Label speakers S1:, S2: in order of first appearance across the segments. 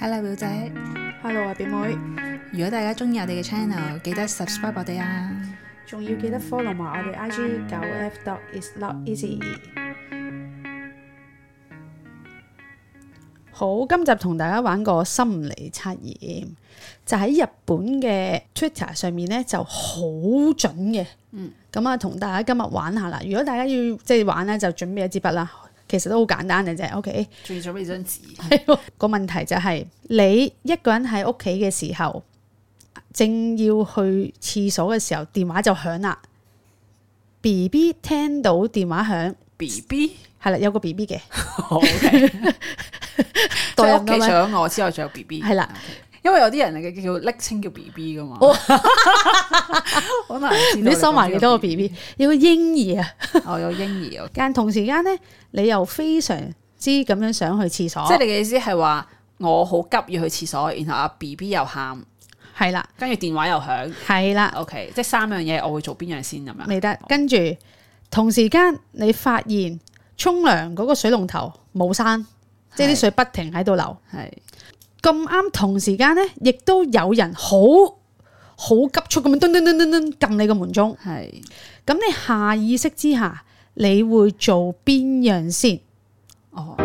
S1: Hello 表姐，
S2: Hello 啊，表妹，
S1: 如果大家中意我哋嘅 channel，記得 subscribe 我哋啊！
S2: 仲要記得 follow 埋我哋 IG 九 F dot is not easy。好，今集同大家玩個心理測驗，就喺日本嘅 Twitter 上面咧就好準嘅。嗯，咁啊，同大家今日玩下啦。如果大家要即係玩咧，就準備一支筆啦。其實都好簡單嘅啫。OK。
S1: 仲要準備張紙，
S2: 個問題就係、你一個人喺屋企嘅時候，正要去廁所嘅時候，電話就響啦。B B 聽到電話響，
S1: B B
S2: 係啦，有個 B B 嘅，
S1: 好嘅， 即
S2: 代
S1: 係
S2: 入
S1: 屋
S2: 咁
S1: 企
S2: 樣
S1: 除咗我之外，仲有 B B，
S2: 係啦，
S1: 因為有啲人嘅叫拎清叫 B B 噶嘛， 好難知
S2: 唔
S1: 道
S2: 知收埋幾多個
S1: 哦你
S2: B B，有個嬰兒啊。
S1: 講邊個 B B，哦有嬰兒，OK，
S2: 但同時間呢，你又非常之咁樣想去廁所，
S1: 即係你嘅意思係話我好急要去廁所，然後阿 B B 又喊，
S2: 係啦，
S1: 跟住電話又響
S2: 係啦，
S1: ，OK，即係三樣嘢，我會做邊樣先咁樣？
S2: 未得。跟住同時間你發現沖涼嗰個水龍頭冇閂，即係啲
S1: 係
S2: 水不停喺度流。
S1: 係
S2: 咁啱同時間咧，亦都有人好好急促咁樣噔噔噔噔噔撳你個門鐘。
S1: 係
S2: 咁你下意識之下，你會做邊樣先？
S1: 哦。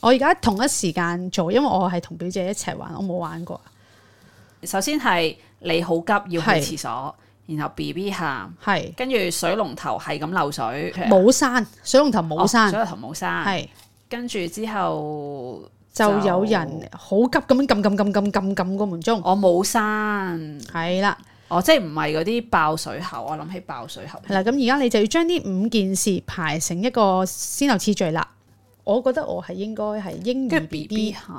S2: 我而家同一時間做，因為我係同表姐一齊玩，我冇玩過。
S1: 首先係你好急要去
S2: 係
S1: 廁所，然後 B B 喊，
S2: 係
S1: 跟住水龍頭係咁漏水，
S2: 冇閂水龍頭冇
S1: 啊哦水
S2: 閂，
S1: 龍頭冇閂，
S2: 係
S1: 跟住之後
S2: 就
S1: 就
S2: 有人好急咁樣撳撳撳撳撳撳個門鐘。
S1: 我冇閂，
S2: 係啦，
S1: 哦，即係唔係嗰啲爆水喉，我諗起爆水喉，
S2: 係啦。咁而家你就要將呢五件事排成一個先後次序啦。我覺得我係應該係嬰
S1: 跟
S2: 兒
S1: 住 B
S2: B B
S1: B 喊，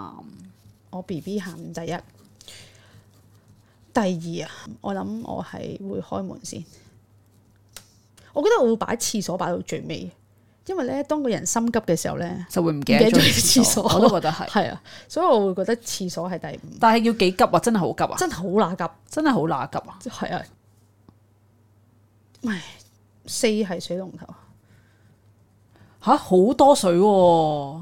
S2: 我 B B 喊第一，第二啊，我諗我係會開門先。我覺得我會擺廁所擺到最尾，因為咧，當個人心急嘅時候咧，
S1: 就會唔記得
S2: 唔記得咗
S1: 去
S2: 去
S1: 廁
S2: 廁所
S1: 所，我都覺得係，
S2: 係啊，所以我會覺得廁所係第五，
S1: 但係要幾急啊，真係好急啊，
S2: 真係好乸急，
S1: 真係好乸急啊，
S2: 係啊，唉，四係水龍頭，
S1: 吓好多水喎，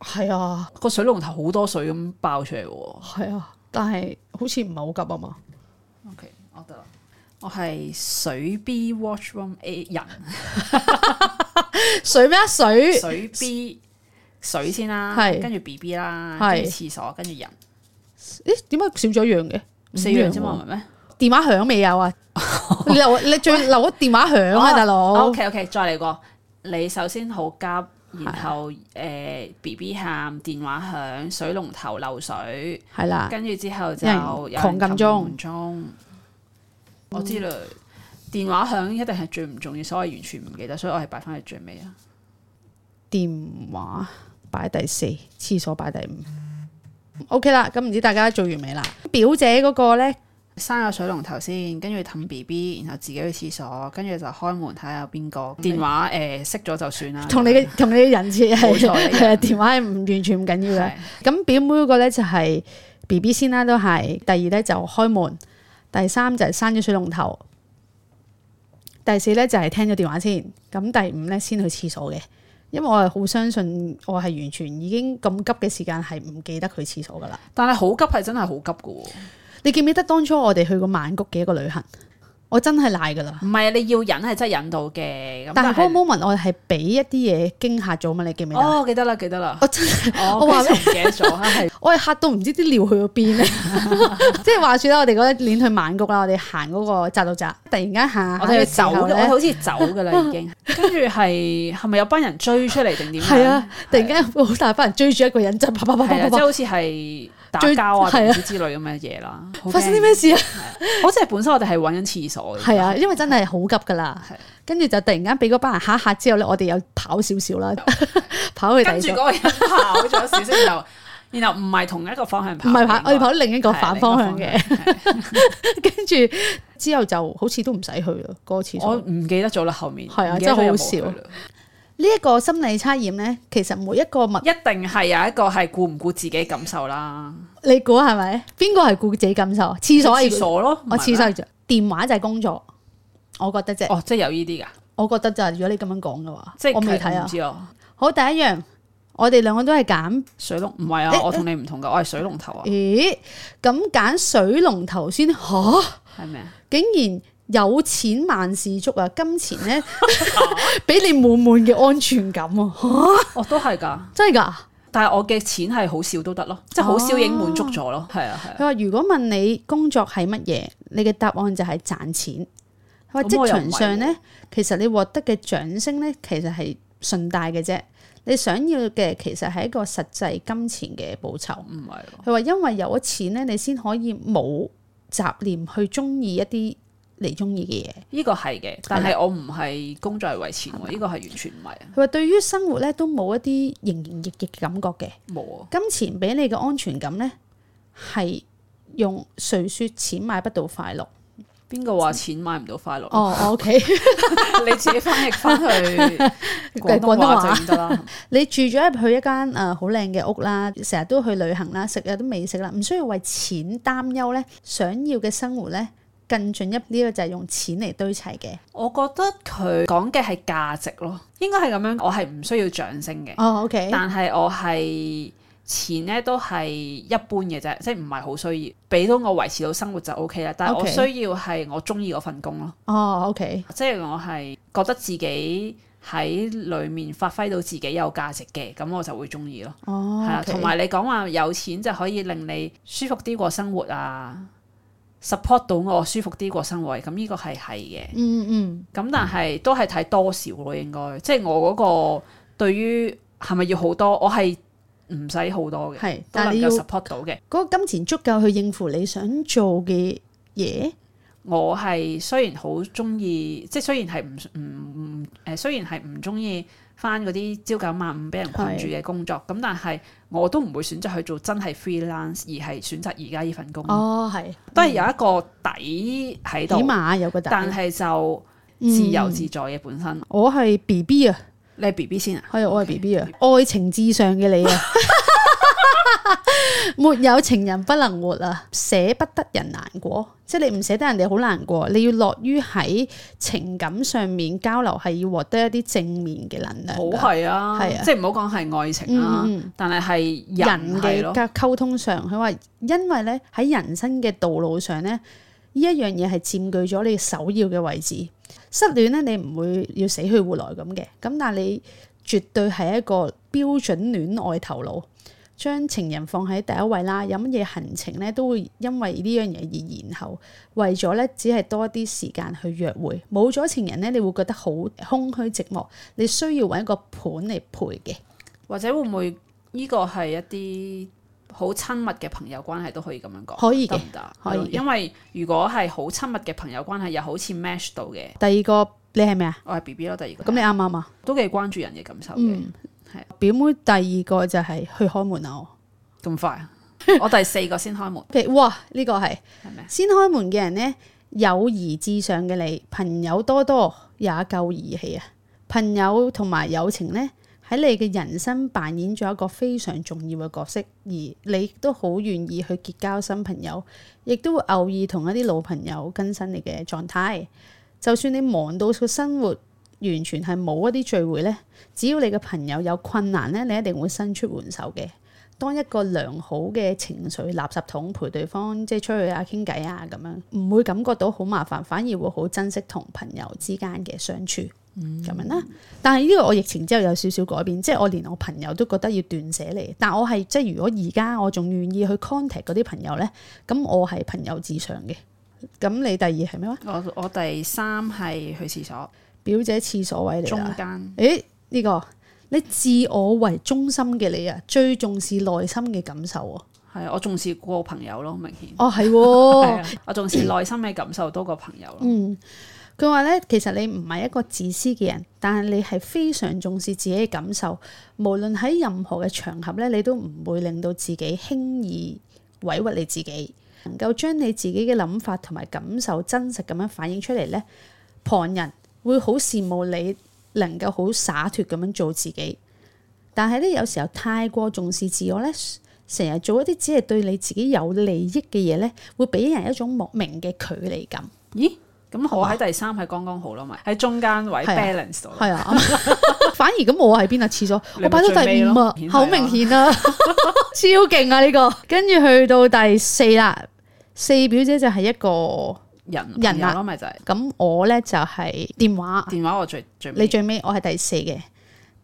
S2: 係啊，
S1: 個水龍頭好多水咁爆出嚟喎。
S2: 係啊，但係好似唔係好急啊嘛，
S1: OK，我得啦。我係水 B washroom A 人，
S2: 水咩啊水？
S1: 水 B 水先啦，
S2: 係
S1: 跟住 B B 啦，
S2: 係
S1: 跟住廁所，跟住人，
S2: 咦，點解少咗一樣嘅？
S1: 四樣啫
S2: 五喎
S1: 嘛，唔係啊咩？
S2: 電話響未有 啊？留你 最留咗電話響啊，大佬
S1: O。K O K，再嚟過。你首先好急，然後誒 B B 喊，電話響，水龍頭漏水，
S2: 係啦，
S1: 跟住之後就
S2: 有人
S1: 有人
S2: 狂撳鐘
S1: 門鐘。我知啦，電話響一定係最唔重要，所以我完全唔記得，所以我係擺翻去最尾啊。
S2: 電話擺第四，廁所擺第五。O K 啦，咁唔知大家做完未啦？表姐嗰個咧，
S1: 閂咗水龍頭先，跟住氹 B B，然後自己去廁所，跟住就開門睇下有邊個電話誒熄咗就算啦。
S2: 同你嘅同你嘅人設係
S1: 啊冇錯一樣
S2: 係啊電話係唔完全唔緊要嘅。
S1: 係
S2: 咁表妹嗰個咧就係 B B 先啦，都係。第二咧就開門，第三就係閂咗水龍頭，第四咧就係聽咗電話先。咁第五咧先去廁所嘅，因為我係好相信我係完全已經咁急嘅時間係唔記得去廁所噶啦。
S1: 但係好急係真係好急嘅喎，
S2: 你記唔記得當初我哋去過曼谷嘅一個旅行？我真係賴噶啦。
S1: 唔係啊你要忍係真係忍到嘅。咁
S2: 但係嗰個
S1: 係
S2: moment 我係俾一啲嘢驚嚇咗嘛？你記唔記得？啊
S1: 哦，記得啦，記得啦。哦
S2: 我真係
S1: 我
S2: 我
S1: 話
S2: 話
S1: 唔記得咗，係
S2: 我係嚇到唔知啲尿去咗邊咧， 即係話説啦，我哋嗰一年去曼谷啦，我哋行嗰個匝道閘，突然間行
S1: 我哋要走嘅，我哋
S2: 咧，
S1: 好似走嘅啦已經。跟住係係咪有班人追出嚟定點樣？
S2: 係啊，突然間好大班人追住一個人，真係啪啪啪
S1: 係
S2: 啪
S1: 啊，即
S2: 啪
S1: 係
S2: 啪，
S1: 好似係打
S2: 追
S1: 交啊，定
S2: 係
S1: 唔
S2: 啊
S1: 知之類咁嘅嘢啦。好
S2: 發生啲
S1: 驚
S2: 咩事啊？
S1: 好似係本身我哋係揾緊廁所嘅。
S2: 係啊，因為真係好急噶啦
S1: 係，
S2: 跟住就突然間俾嗰班人嚇一嚇之後咧，我哋又跑少少啦， 跑去第
S1: 跟
S2: 二
S1: 住
S2: 個
S1: 嗰個人跑咗少少，然後然後唔係同一個方向跑，
S2: 唔係跑，我哋跑
S1: 呢
S2: 另一個反方向嘅，。跟住之後就好似都唔使去咯，嗰個廁
S1: 我
S2: 所。
S1: 唔記得咗啦，後面
S2: 係啊
S1: 唔記得咗有冇去
S2: 真係好
S1: 啦
S2: 笑呢一個心理測驗咧，其實每一個物，
S1: 一定係有一個係顧唔顧自己感受啦，
S2: 你估係咪？邊個係顧自己感受？廁所係
S1: 廁所咯，
S2: 我
S1: 唔係咩
S2: 廁所係電話就係工作，我覺得啫。
S1: 哦，即係有呢啲㗎，
S2: 我覺得就係如果你咁樣講嘅話，
S1: 即係
S2: 我未
S1: 佢
S2: 睇
S1: 唔
S2: 啊。
S1: 知啊，
S2: 好，第一樣，我哋兩個都係揀，
S1: 水龍唔係啊，
S2: 誒
S1: 我同你唔同噶，我係水龍頭啊，
S2: 咦？咁揀水龍頭先吓，
S1: 係咩啊？
S2: 竟然有錢萬事足啊！金錢 咧 俾你滿滿嘅安全感啊！嚇
S1: 我哦都係㗎，
S2: 真係㗎？
S1: 但係我嘅錢係好少都得咯，即係好少已經滿足咗咯，哦係啊係啊
S2: 佢。話如果問你工作係乜嘢，你嘅答案就係賺錢。佢話
S1: 咁我
S2: 職
S1: 又唔
S2: 場上咧，其實你獲得嘅掌聲咧，其實係順帶嘅啫。你想要嘅其實係一個實際金錢嘅報酬。
S1: 哦唔係喎，
S2: 佢話因為有咗錢咧，你先可以冇雜念去中意一啲你中意嘅嘢。
S1: 呢個係嘅，但係我唔係工作係為錢喎，呢個係完全唔係啊，
S2: 佢話對於生活咧都冇一啲營營役役嘅感覺嘅。
S1: 冇啊，
S2: 金錢俾你嘅安全感咧，係用誰説錢買不到快樂？
S1: 邊個話錢買唔到快樂？
S2: 哦我，OK。
S1: 你自己翻譯翻去 廣東話就唔得啦。
S2: 你住咗入去一間誒好靚嘅屋啦，成日都去旅行啦，食日都美食啦，唔需要為錢擔憂咧。想要嘅生活咧，更進一步呢個就係用錢嚟堆砌嘅。
S1: 我覺得佢講嘅係價值咯，應該係咁樣。我係唔需要掌聲嘅，
S2: 哦，OK，
S1: 但係我係錢咧都係一般嘅啫，即係唔係好需要，俾到我維持到生活就 O K 啦。但係我
S2: OK
S1: 需要係我中意嗰份工咯，
S2: 哦，OK，
S1: 即係我係覺得自己喺裡面發揮到自己有價值嘅，咁我就會中意咯。
S2: 哦
S1: 係啦，，
S2: OK
S1: 同埋你講話有錢就可以令你舒服啲過生活啊，support 到我舒服啲過生活，咁呢個係係嘅。
S2: 嗯嗯，
S1: 咁但係都係睇多少咯，應該即係我嗰個對於係咪要好多，我係唔使好多嘅，
S2: 係，
S1: 都
S2: 但係
S1: 能
S2: 你要
S1: 夠
S2: 嗰
S1: support 到嘅。
S2: 個金錢足夠去應付你想做嘅嘢。
S1: 我係雖然好中意，即係雖然係唔唔唔誒，雖然係唔中意翻嗰啲朝九晚五俾人困住嘅工作，咁但係我都唔會選擇去做真係 freelance，而係選擇而家呢份工。
S2: 哦，係，
S1: 都係有一個底喺
S2: 起
S1: 度，
S2: 碼有個底。
S1: 但係就自由
S2: 嗯
S1: 自在嘅本身。
S2: 我係 B B 啊，
S1: 你係 B B 先啊？
S2: 係我係 B B 啊，愛情至上嘅你啊， 沒有情人不能活啊，捨不得人難過，即係你唔捨得人哋好難過，你要樂於喺情感上面交流，係要獲得一啲正面嘅能量
S1: 好啊
S2: 㗎。
S1: 係啊，
S2: 係啊
S1: 即係唔好講係愛情啦，
S2: 嗯嗯嗯
S1: 但係係
S2: 人
S1: 人係
S2: 嘅
S1: 咯，
S2: 溝溝通上，佢話因為咧喺人生嘅道路上咧，呢一樣嘢係佔據咗你首要嘅位置。失戀咧，你唔會要死去活來咁嘅，咁但係你絕對係一個標準戀愛頭腦，將情人放喺第一位啦。有乜嘢行程咧，都會因為呢樣嘢而延後，為咗咧只係多啲時間去約會。冇咗情人咧，你會覺得好空虛寂寞，你需要揾一個伴嚟陪嘅。
S1: 或者會唔會呢個係一啲好親密嘅朋友關係都可以咁樣講？
S2: 可以嘅
S1: 哦得唔得？
S2: 可以嘅
S1: 因為如果係好親密嘅朋友關係，又好似 match 到嘅，
S2: 第二個你係咩啊？
S1: 我係 B B 咯。第二個
S2: 咁你嗯啱唔啱啊？
S1: 都幾關注人嘅感受嘅，
S2: 表妹第二個就係去開門啊！我
S1: 咁快 啊。我第四個先開門，
S2: OK，哇！呢、個係
S1: 係咪啊？
S2: 先開門嘅人呢，友誼至上嘅你，朋友多多也夠義氣啊！朋友同埋友情呢，喺你嘅人生扮演咗一個非常重要嘅角色，而你都好願意去結交新朋友，亦都會偶爾同一啲老朋友更新你嘅狀態。就算你忙到個生活完全係冇一啲聚會呢，只要你嘅朋友有困難呢，你一定會伸出援手嘅。當一個良好嘅情緒垃圾桶陪對方，即係出去啊、傾偈啊咁樣，唔會感覺到好麻煩，反而會好珍惜同朋友之間嘅相處咁、樣啦。但係呢個我疫情之後有少少改變，即係我連我朋友都覺得要斷捨離。但我係即係如果而家我仲願意去 contact 嗰啲朋友呢，咁我係朋友至上嘅。咁你第二係咩話？
S1: 我我第三係去廁所，
S2: 表姐廁所位嚟
S1: 中
S2: 啦。
S1: 間
S2: 誒呢、個你自我為中心嘅你啊，最重視內心嘅感受喎。
S1: 係，啊我重視過朋友咯，明顯。
S2: 哦，係
S1: 係
S2: 喎。
S1: 啊我重視內心嘅感受多過朋友咯。
S2: 嗯，佢話咧，其實你唔係一個自私嘅人，但係你係非常重視自己嘅感受，無論喺任何嘅場合咧，你都唔會令到自己輕易委屈你自己，能夠將你自己嘅諗法同埋感受真實咁樣反映出嚟咧，旁人會好羨慕你能夠好灑脱咁樣做自己。但係咧，有時候太過重視自我咧，成日做一啲只係對你自己有利益嘅嘢咧，會俾人一種莫名嘅距離感。
S1: 咦，咁我喺第三係剛剛好啦，咪喺中間位
S2: 係啊
S1: balance 到啦。
S2: 係啊， 反而咁我喺邊啊？廁所，
S1: 你咪
S2: 我擺到第
S1: 最尾
S2: 五啊
S1: 咯顯，
S2: 好明顯啊， 超勁啊呢個。跟住去到第四啦，四表姐就係一個，
S1: 人
S2: 人
S1: 人
S2: 啊
S1: 咯，咪就係
S2: 咁我咧就係電話，
S1: 電話我最最尾
S2: 你最尾我係第四嘅。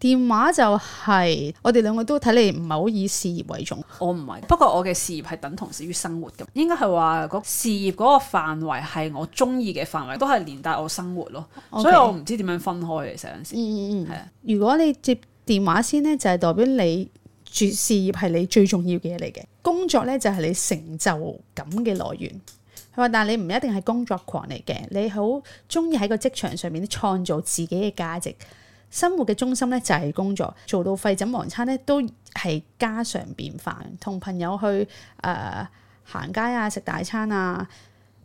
S2: 電話就係、我哋兩個都睇你唔係好以事業為重，
S1: 我唔係，不過我嘅事業係等同於生活咁，應該係話嗰事業嗰個範圍係我中意嘅範圍，都係連帶我生活咯。所以
S2: OK
S1: 我唔知點樣分開嘅成陣時。
S2: 嗯
S1: 係
S2: 嗯嗯
S1: 啊，
S2: 如果你接電話先咧，就係、代表你住事業係你最重要嘅嘢嚟嘅，工作咧就係、你成就感嘅來源。佢話：但係你唔一定係工作狂嚟嘅，你好中意喺個職場上面創造自己嘅價值。生活嘅中心咧就係工作，做到廢枕忘餐咧都係家常便飯，同朋友去誒、呃行街啊、食大餐啊，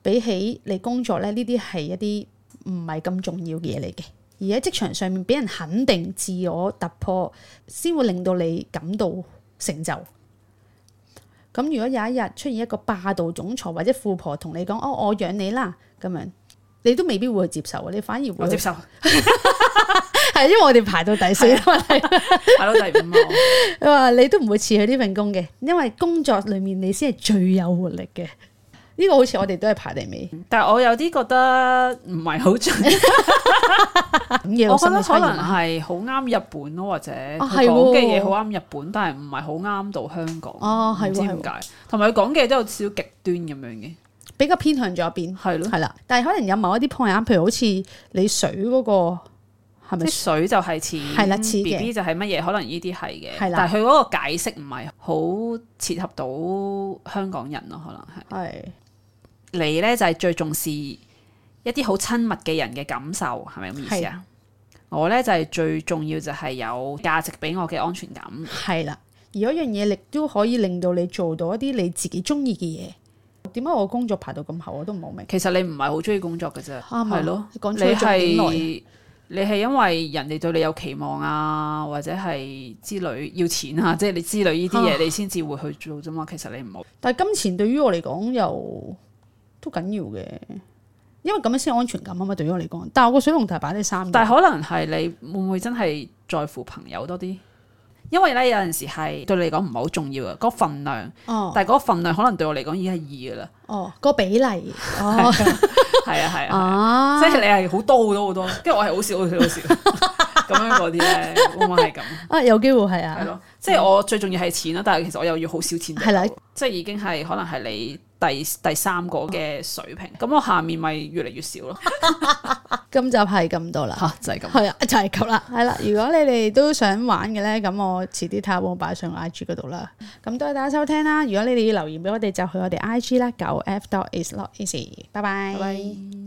S2: 比起你工作咧，呢啲係一啲唔係咁重要嘅嘢嚟嘅。而喺職場上面俾人肯定、自我突破，先會令到你感到成就。咁如果有一日出現一個霸道總裁或者富婆同你講：哦，我養你啦咁樣，你都未必會去接受，你反而
S1: 我
S2: 會
S1: 接 受，
S2: 係因為我哋排到第四啦嘛。
S1: 啊排到第五啊！我
S2: 佢 話你都唔會辭佢呢份工嘅，因為工作裡面你先係最有活力嘅。呢、個好似我哋都係排第尾，
S1: 但係我有啲覺得唔係好準，
S2: 咁嘢
S1: 我覺
S2: 好深
S1: 得
S2: 嘅
S1: 可
S2: 差異
S1: 能
S2: 啊！哦
S1: 係好啱日本咯，或者佢講
S2: 係
S1: 嘅
S2: 喎
S1: 嘢好啱日本，但係唔係好啱到香港。
S2: 哦係喎
S1: 唔知
S2: 係喎
S1: 點解？同埋佢講嘅都有少少極端咁樣嘅，
S2: 比較偏向咗一邊，
S1: 係咯。
S2: 係啦。但係可能有某一啲 point，譬如好啊似你水嗰、個係咪
S1: 即係水就係似
S2: 係啦似嘅
S1: B B 就係乜嘢，可能呢啲係嘅，
S2: 係
S1: 但
S2: 啦
S1: 係佢嗰個解釋唔係好切合到香港人咯，可能係
S2: 係
S1: 你呢就係、最重視一啲好親密嘅人嘅感受，係咪咁意思啊？我呢就係、最重要就係有價值俾我嘅安全感，
S2: 係啦。而嗰樣嘢，亦都可以令到你做到一啲你自己中意嘅嘢。點解我工作排到咁後，我都唔好明。
S1: 其實你唔係好中意工作嘅啫，
S2: 啊
S1: 係咯，
S2: 你
S1: 你
S2: 講錯咗點耐啊
S1: 係你係因為人哋對你有期望啊，或者係之類要錢啊， 即係你之類呢啲嘢，你先至會去做啫嘛。其實你唔好，
S2: 但係金錢對於我嚟講又都緊要嘅，因為咁樣先有安全感啊嘛。對於我嚟講，但係我個水龍頭係擺喺三度，
S1: 但係可能係你會唔會真係在乎朋友多啲？因為咧有陣時係對你嚟講唔係好重要啊嘅嗰份量，
S2: 哦
S1: 但係嗰份量可能對我嚟講已經係 二噶啦，
S2: 哦個比例哦
S1: 係啊係啊，
S2: 啊
S1: 即係你係好多好多好多，跟住我係好少好少好少咁樣嗰啲咧，會唔會係咁？
S2: 啊有機會係
S1: 係
S2: 啊，
S1: 咯，即係我最重要係錢啦，但係其實我又要好少錢就
S2: 係啦
S1: 夠，即係已經係可能係你第第三個嘅水平，咁我下面咪越嚟越少咯，
S2: 今集係咁多啦。
S1: 嚇就係咁。
S2: 係啊，就係咁啦，係啦。如果你哋都想玩嘅咧，咁我遲啲睇下會唔會擺上我 IG 嗰度啦。咁多謝大家收聽啦。如果你哋要留言俾我哋，就去我哋 IG 啦，九 F dot is not easy。拜拜。